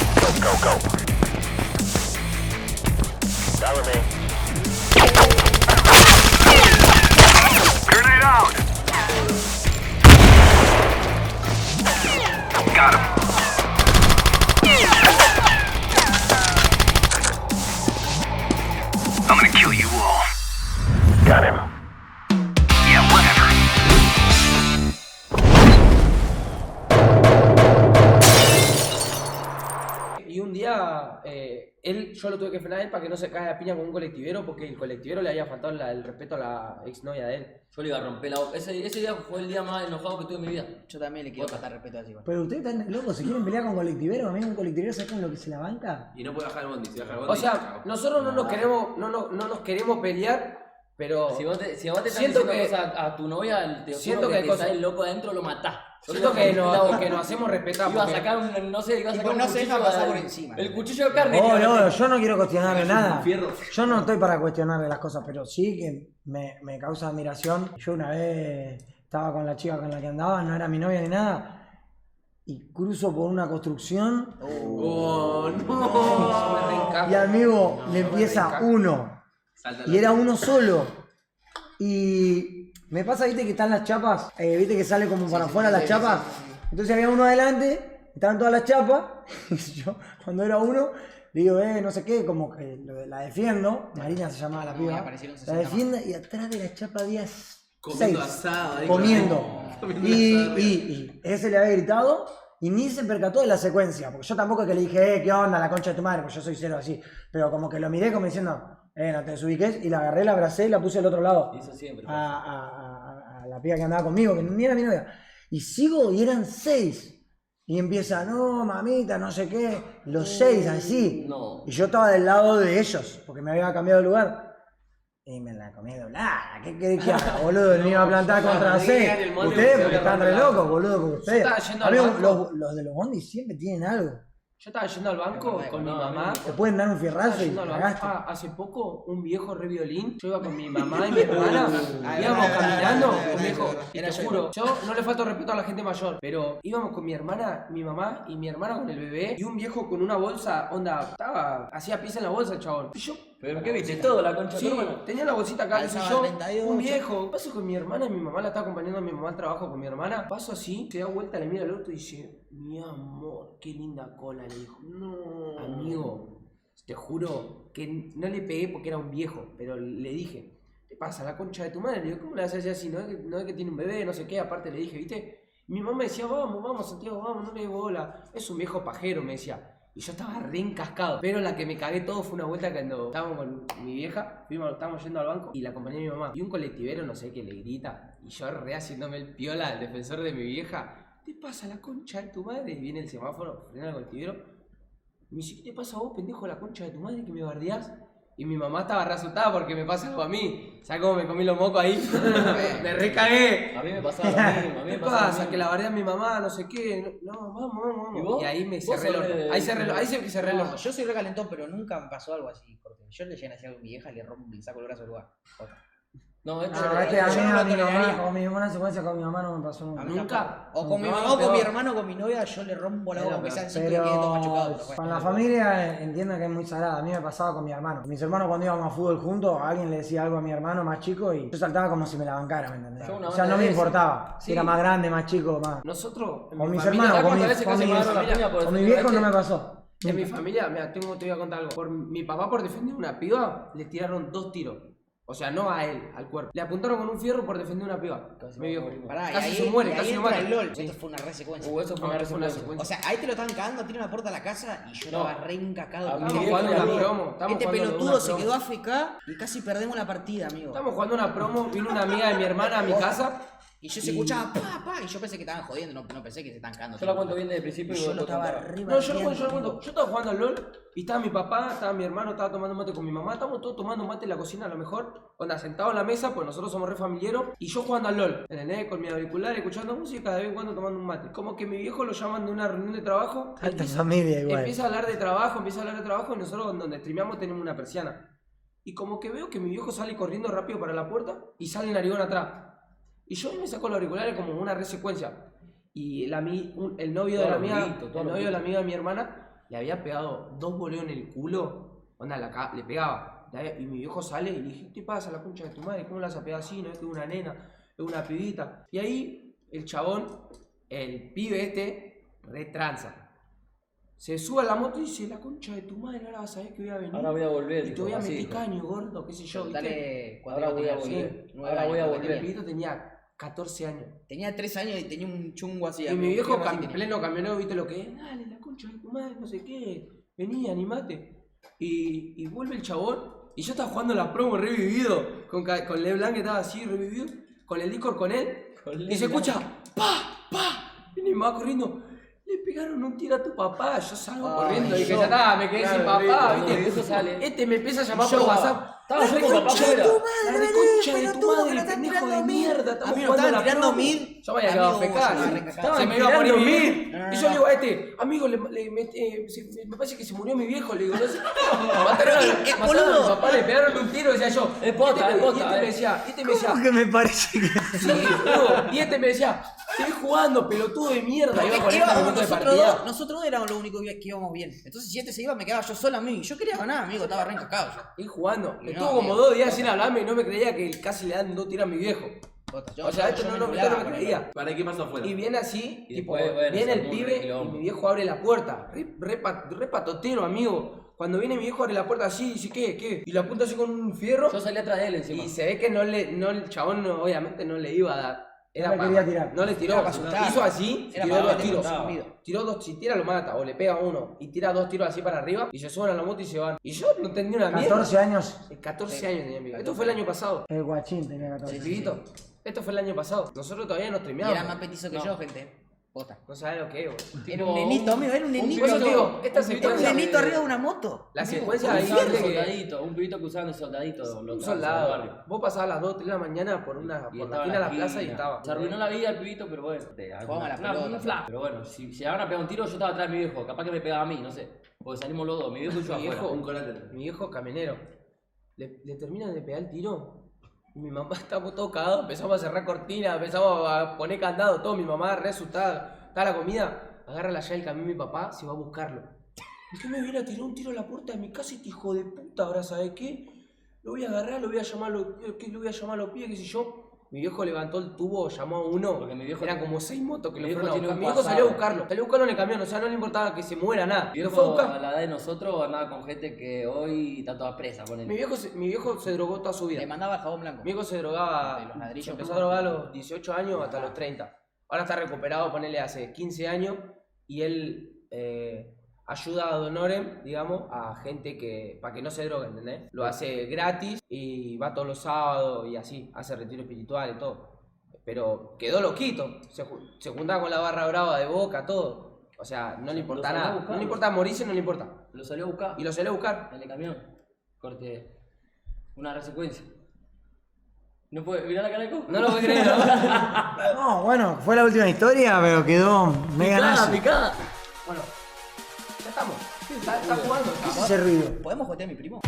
go. Follow me. Grenade out! Got him. I'm gonna kill you all. Got him. Yeah, whatever. Y un día eh, él, yo lo tuve que frenar a él para que no se caiga a piña con un colectivero porque el colectivero le había faltado la- el respeto a la exnovia de él. Yo le iba a romper la boca. Ese, ese día fue el día más enojado que tuve en mi vida. Yo también le quiero faltar respeto así. Pero ustedes están locos, si quieren pelear con colectiveros, a mí un colectivero sacan lo que se la banca. Y no puede bajar el bondi, si baja el bondi. O sea, chao. nosotros no nos queremos, no, nos- no nos queremos pelear, pero Ah. Si vos te, si a vos te estás Siento diciendo que- cosas a, a tu novia, te siento siento que, que te cosa- sale el loco adentro, lo matás. Yo siento le que, iba a romper la no, boca. que nos hacemos respetar Iba a porque- sacar un, no sé, iba a Y sacar vos un no se cuchillo deja pasar al- por encima. El cuchillo de carne. Oh, le iba a no, meter. yo no quiero cuestionarle nada. fierro. Yo no estoy para cuestionarle las cosas, pero sí que me, me causa admiración. Yo una vez estaba con la chica con la que andaba, no era mi novia ni nada, y cruzo por una construcción Oh, no. Me reencajo. y amigo le empieza uno, Salta y era uno solo. Y me pasa, viste que están las chapas, eh, viste que sale como para afuera las chapas. Entonces había uno adelante, estaban todas las chapas. Y yo, cuando era uno, le digo, eh, no sé qué, como que lo- la defiendo. Marina se llamaba la No, piba. me aparecieron La 60 más. defiendo y atrás de la chapa había s- Comiendo seis, asado, ahí, Comiendo. comiendo. Y, Comiendo asado, y- y ese le había gritado y ni se percató de la secuencia. Porque yo tampoco es que le dije, eh, qué onda, la concha de tu madre, porque yo soy cero así. Pero como que lo miré como diciendo, eh, no te desubiques. Y la agarré, la abracé y la puse al otro lado Eso siempre. a, a- a- a la piba que andaba conmigo, que ni era mi novia. Y sigo y eran seis. Y empieza, no, mamita, no sé qué. Los seis así. No. Y yo estaba del lado de ellos, porque me había cambiado de lugar. Y me la comí doblada. ¿Qué querés que haga, boludo? El me iba a plantar contra seis. en el molde que Ustedes, se porque había están re arreglado. locos, boludo. porque ustedes. estaba yendo al Amigo, banco. los, los de los bondis siempre tienen algo. Yo estaba yendo al banco con mi mamá. Te pueden dar un fierrazo Estaba y yendo al la banco. gastan. Ah, hace poco un viejo re violín, yo iba con mi mamá y mi hermana, íbamos caminando, un viejo, y te juro, yo no le falto respeto a la gente mayor, pero íbamos con mi hermana, mi mamá y mi hermana con el bebé y un viejo con una bolsa, onda, estaba, hacía pis en la bolsa el chabón. Y yo, Pero qué viste, todo, la concha de Sí, tu hermano. tenía la bolsita acá, y Calzaba yo, 38. un viejo. Paso con mi hermana y mi mamá la está acompañando a mi mamá al trabajo con mi hermana. Paso así, se da vuelta, le mira al otro y dice, mi amor, qué linda cola, le dijo. No. Amigo, te juro que no le pegué porque era un viejo, pero le dije, ¿qué pasa? La concha de tu madre. Le digo, ¿cómo le haces así? No es, que, no es que tiene un bebé, no sé qué, aparte le dije, ¿viste? Mi mamá me decía, vamos, vamos, Santiago, vamos, no le dé bola. Es un viejo pajero, me decía. Y yo estaba re encascado. Pero la que me cagué todo fue una vuelta cuando estábamos con mi vieja, fuimos, estábamos yendo al banco y la acompañé a mi mamá. Y un colectivero, no sé qué, le grita. Y yo re haciéndome el piola, el defensor de mi vieja. ¿Qué pasa la concha de tu madre? Y viene el semáforo, frena el colectivero. Me dice, ¿qué te pasa a vos, pendejo, la concha de tu madre que me bardeás? Y mi mamá estaba re asustada porque me pasa algo a mí. ¿Sabes cómo me comí los mocos ahí? me re cagué. A mí me pasaba lo mismo. A mí ¿Qué me pasaba lo pasa? mismo. Que la bardea mi mamá, no sé qué. No, no, vamos, vamos, vamos. ¿Y vos? Y ahí me ¿Vos cerré el sos orto. de- Ahí cerré el- ahí se- que cerré el No, orto. yo soy recalentón, pero nunca me pasó algo así. Porque yo le llegan a decir algo a mi vieja y le rompo y saco el brazo del lugar. Otra. No, esto La verdad que Ah, a mí, yo no a lo mi mamá, toleraría. con mi mamá, una secuencia con mi mamá no me pasó nunca. A mí Nunca. O con mi No, mamá, o con peor. mi hermano, o con mi novia, yo le rompo la boca, Pero- aunque sean cinco y queden todos Pero machucados. con la familia eh, entiendo que es muy sagrada. A mí me pasaba con mi hermano. Mis hermanos cuando íbamos a fútbol juntos, alguien le decía algo a mi hermano más chico y yo saltaba como si me la bancara, ¿me entendés? Yo una O sea, no banda me de esas. importaba si Sí. era más grande, más chico, más... Nosotros, en Con mi mis familia- hermanos, ¿sabes con mis, cuántas veces con casi me mis- agarraron la piña por con mis defender viejos no este? me pasó. En mi familia, mira, tengo, te voy a contar algo. Por mi papá, por defender una piba, le tiraron dos tiros. O sea, no a él, al cuerpo. Le apuntaron con un fierro por defender una piba. Mi viejo. Pará, y casi ahí, se muere, y ahí casi lo entra mata. el LOL. Sí. Esto fue una re secuencia. Uh, eso No, fue una fue una resonancia. secuencia. O sea, ahí te lo estaban cagando, tiran la puerta a la casa y yo No. estaba re encacado. Estamos Porque jugando boludo, una promo, estamos Este jugando una pelotudo se promo. quedó AFK y casi perdemos la partida, amigo. Estamos jugando una promo, vino una amiga de mi hermana a mi casa. Y yo se escuchaba pa, pa, y yo pensé que estaban jodiendo, no, no pensé que se estaban cagando. Yo la cuento bien desde el principio Y y yo vos lo lo estaba contás. re No, yo lo bardeando, cuento, yo lo amigo. cuento. Yo estaba jugando al LOL y estaba mi papá, estaba mi hermano, estaba tomando mate con mi mamá. Estábamos todos tomando mate en la cocina a lo mejor. Onda, sentados en la mesa, pues nosotros somos re familiaros. Y yo jugando al LOL, ¿entendés? Con mi auricular, escuchando música, de vez en cuando tomando un mate. Como que mi viejo lo llaman de una reunión de trabajo. Alta familia igual. Empieza a hablar de trabajo, empieza a hablar de trabajo y nosotros donde streameamos tenemos una persiana. Y como que veo que mi viejo sale corriendo rápido para la puerta y sale el narigón atrás. Y yo me saco los auriculares como una resecuencia. Y el, ami- un- el novio de Todo la lo amiga, grito, todo el lo novio de la grito. amiga de mi hermana le había pegado dos boleos en el culo, onda, la ca- le pegaba. Le había- y mi viejo sale y le dije, ¿qué te pasa la concha de tu madre? ¿Cómo la has pegado así? No es que es una nena, es una pibita. Y ahí el chabón, el pibe este, retranza. Se sube a la moto y dice, la concha de tu madre, ahora vas a ver que voy a venir. Ahora voy a volver. y te dijo, voy a así meter dijo. caño, gordo, qué sé yo. ¿viste? Dale, cuando Ahora yo tenía voy a así, volver. nueve Ahora años, voy a cuando El volver. tenía- pibito tenía 14 años. Tenía tres años y tenía un chungo así. Y mi amigo, viejo, así cam- tenía. pleno camionero, viste lo que es. Dale, la concha de tu madre, no sé qué. Vení, animate. Y, y vuelve el chabón. Y yo estaba jugando la promo revivido. Con, ca- con LeBlanc que estaba así, revivido. Con el Discord con él. y se escucha, ¡pa! ¡pa! Y mi mamá corriendo. Le pegaron un tiro a tu papá. Yo salgo Ay, corriendo. Y dije, yo- ya está, me quedé sin papá. cuando ¿viste? mi viejo sale. Este me empieza a llamar yo, por WhatsApp. estaba yo con papá afuera. La de concha de tu madre, pendejo de mierda. estamos jugando Amigo, estaban la tirando promo. mid. Yo me había quedado Amigo, fecal. se me había Se cagado. me iba a morir mi Estaban tirando viejo. mid. Y yo le digo a este, amigo, le, le- me, eh, se- me- me parece que se murió mi viejo. Le digo, no sé. Mataron a, Eh, eh, mataron a mi boludo. papá, le pegaron un tiro. Decía yo, Es posta, este me- es posta, y este eh. me decía, y este me decía, que me parece que. sí, boludo. Y este me decía, estoy jugando, pelotudo de mierda. Iba con Porque esta íbamos minuto de nosotros partida. dos, nosotros dos éramos lo único que que íbamos bien. Entonces, si este se iba, me quedaba yo solo, amigo. Yo quería ganar, amigo, estaba re encascado yo. Y jugando. No, Estuvo como amigo. dos días sin hablarme y no me creía que casi le dan dos tiros a mi viejo. Posta, yo- O sea, yo- esto yo no lo nublaba, no me boludo. creía. ¿Para qué pasa afuera? Y viene así, Y tipo, después, bueno, viene se el armó un pibe y requilombo. mi viejo abre la puerta. Re, re pa- re patotero, amigo. Cuando viene mi viejo abre la puerta así, dice, ¿qué? ¿Qué? Y la apunta así con un fierro. Yo salí atrás de él encima. Y se ve que no le, no, el chabón no- obviamente no le iba a dar. Era No le pa- quería tirar. No le tiró. Era pa' asustar. Hizo así, Era tiró pa' dos darle tiros. contado. Tiró dos, si tira lo mata, o le pega uno, y tira dos tiros así para arriba, y se suben a la moto y se van. Y yo no entendí una mierda. 14 años. 14 años tenía mi viejo. Esto fue el año pasado. El guachín tenía El 14. pibito. Esto fue el año pasado. Nosotros todavía nos Y streameábamos. era más petizo que No. yo, gente. Posta. No sabes lo que es, boludo. Era un nenito, amigo, era un nenito. Por eso te digo, esta Era un secuencia. nenito arriba de una moto. La secuencia Un ahí soldadito, dice que- un pibito que usaban de soldadito. lo Un usaban en el soldado. barrio. Vos pasabas a las 2, 3 de la mañana por una Y por la estaba esquina de en la plaza y esquina. estaba. Se arruinó la vida el pibito, pero bueno. te- Jugamos a la una- pelota. un fla- Pero bueno, si llegaban a pegar un tiro, yo estaba atrás de mi viejo. Capaz que me pegaba a mí, no sé. Porque salimos los dos, mi viejo y yo Mi afuera. viejo, Un colateral. mi viejo camionero. Le, le terminan de pegar el tiro. Y mi mamá estaba todo cagado. Empezamos a cerrar cortinas, empezamos a poner candado, todo. Mi mamá re asustada. Está la comida. Agarra la llave del camión mi papá, se va a buscarlo. ¿Y qué me viene a tirar un tiro a la puerta de mi casa este hijo de puta? Ahora, ¿sabes qué? Lo voy a agarrar, lo voy a llamar a los, ¿qué? Lo voy a llamar a los pies, qué sé yo. Mi viejo levantó el tubo, llamó a uno. Porque mi viejo- Eran como seis motos que mi lo viejo fueron a tiene buscar. un Mi viejo salió a pasado. buscarlo. Salió a buscarlo en el camión, o sea, no le importaba que se muera nada. Mi Lo fue a viejo, buscar. a la edad de nosotros, andaba con gente que hoy está toda presa con Mi él. viejo, se- mi viejo se drogó toda su vida. Le Mi mandaba el jabón blanco. viejo se De drogaba, los ladrillos, se empezó a ¿no? drogar a los 18 años hasta los 30. Ahora está recuperado, ponele hace 15 años, y él eh, ayuda a Donorem, digamos, a gente que, para que no se drogue, ¿entendés? Lo hace gratis y va todos los sábados y así, hace retiro espiritual y todo. Pero quedó loquito, se, ju- se juntaba con la barra brava de boca, todo. O sea, no le importa salió a nada. buscar, No le ¿no? importa morirse, no le importa. Lo salió a buscar. Y lo salió a buscar. en el camión. Corte. Una resecuencia. No puede. Mirá la cara de Coco. No lo voy a creer, ¿no? No, bueno, fue la última historia, pero quedó mega nazi. picada. Bueno, ya estamos. Está, está jugando. ¿Qué es ese ruido? ¿Podemos jotear a mi primo?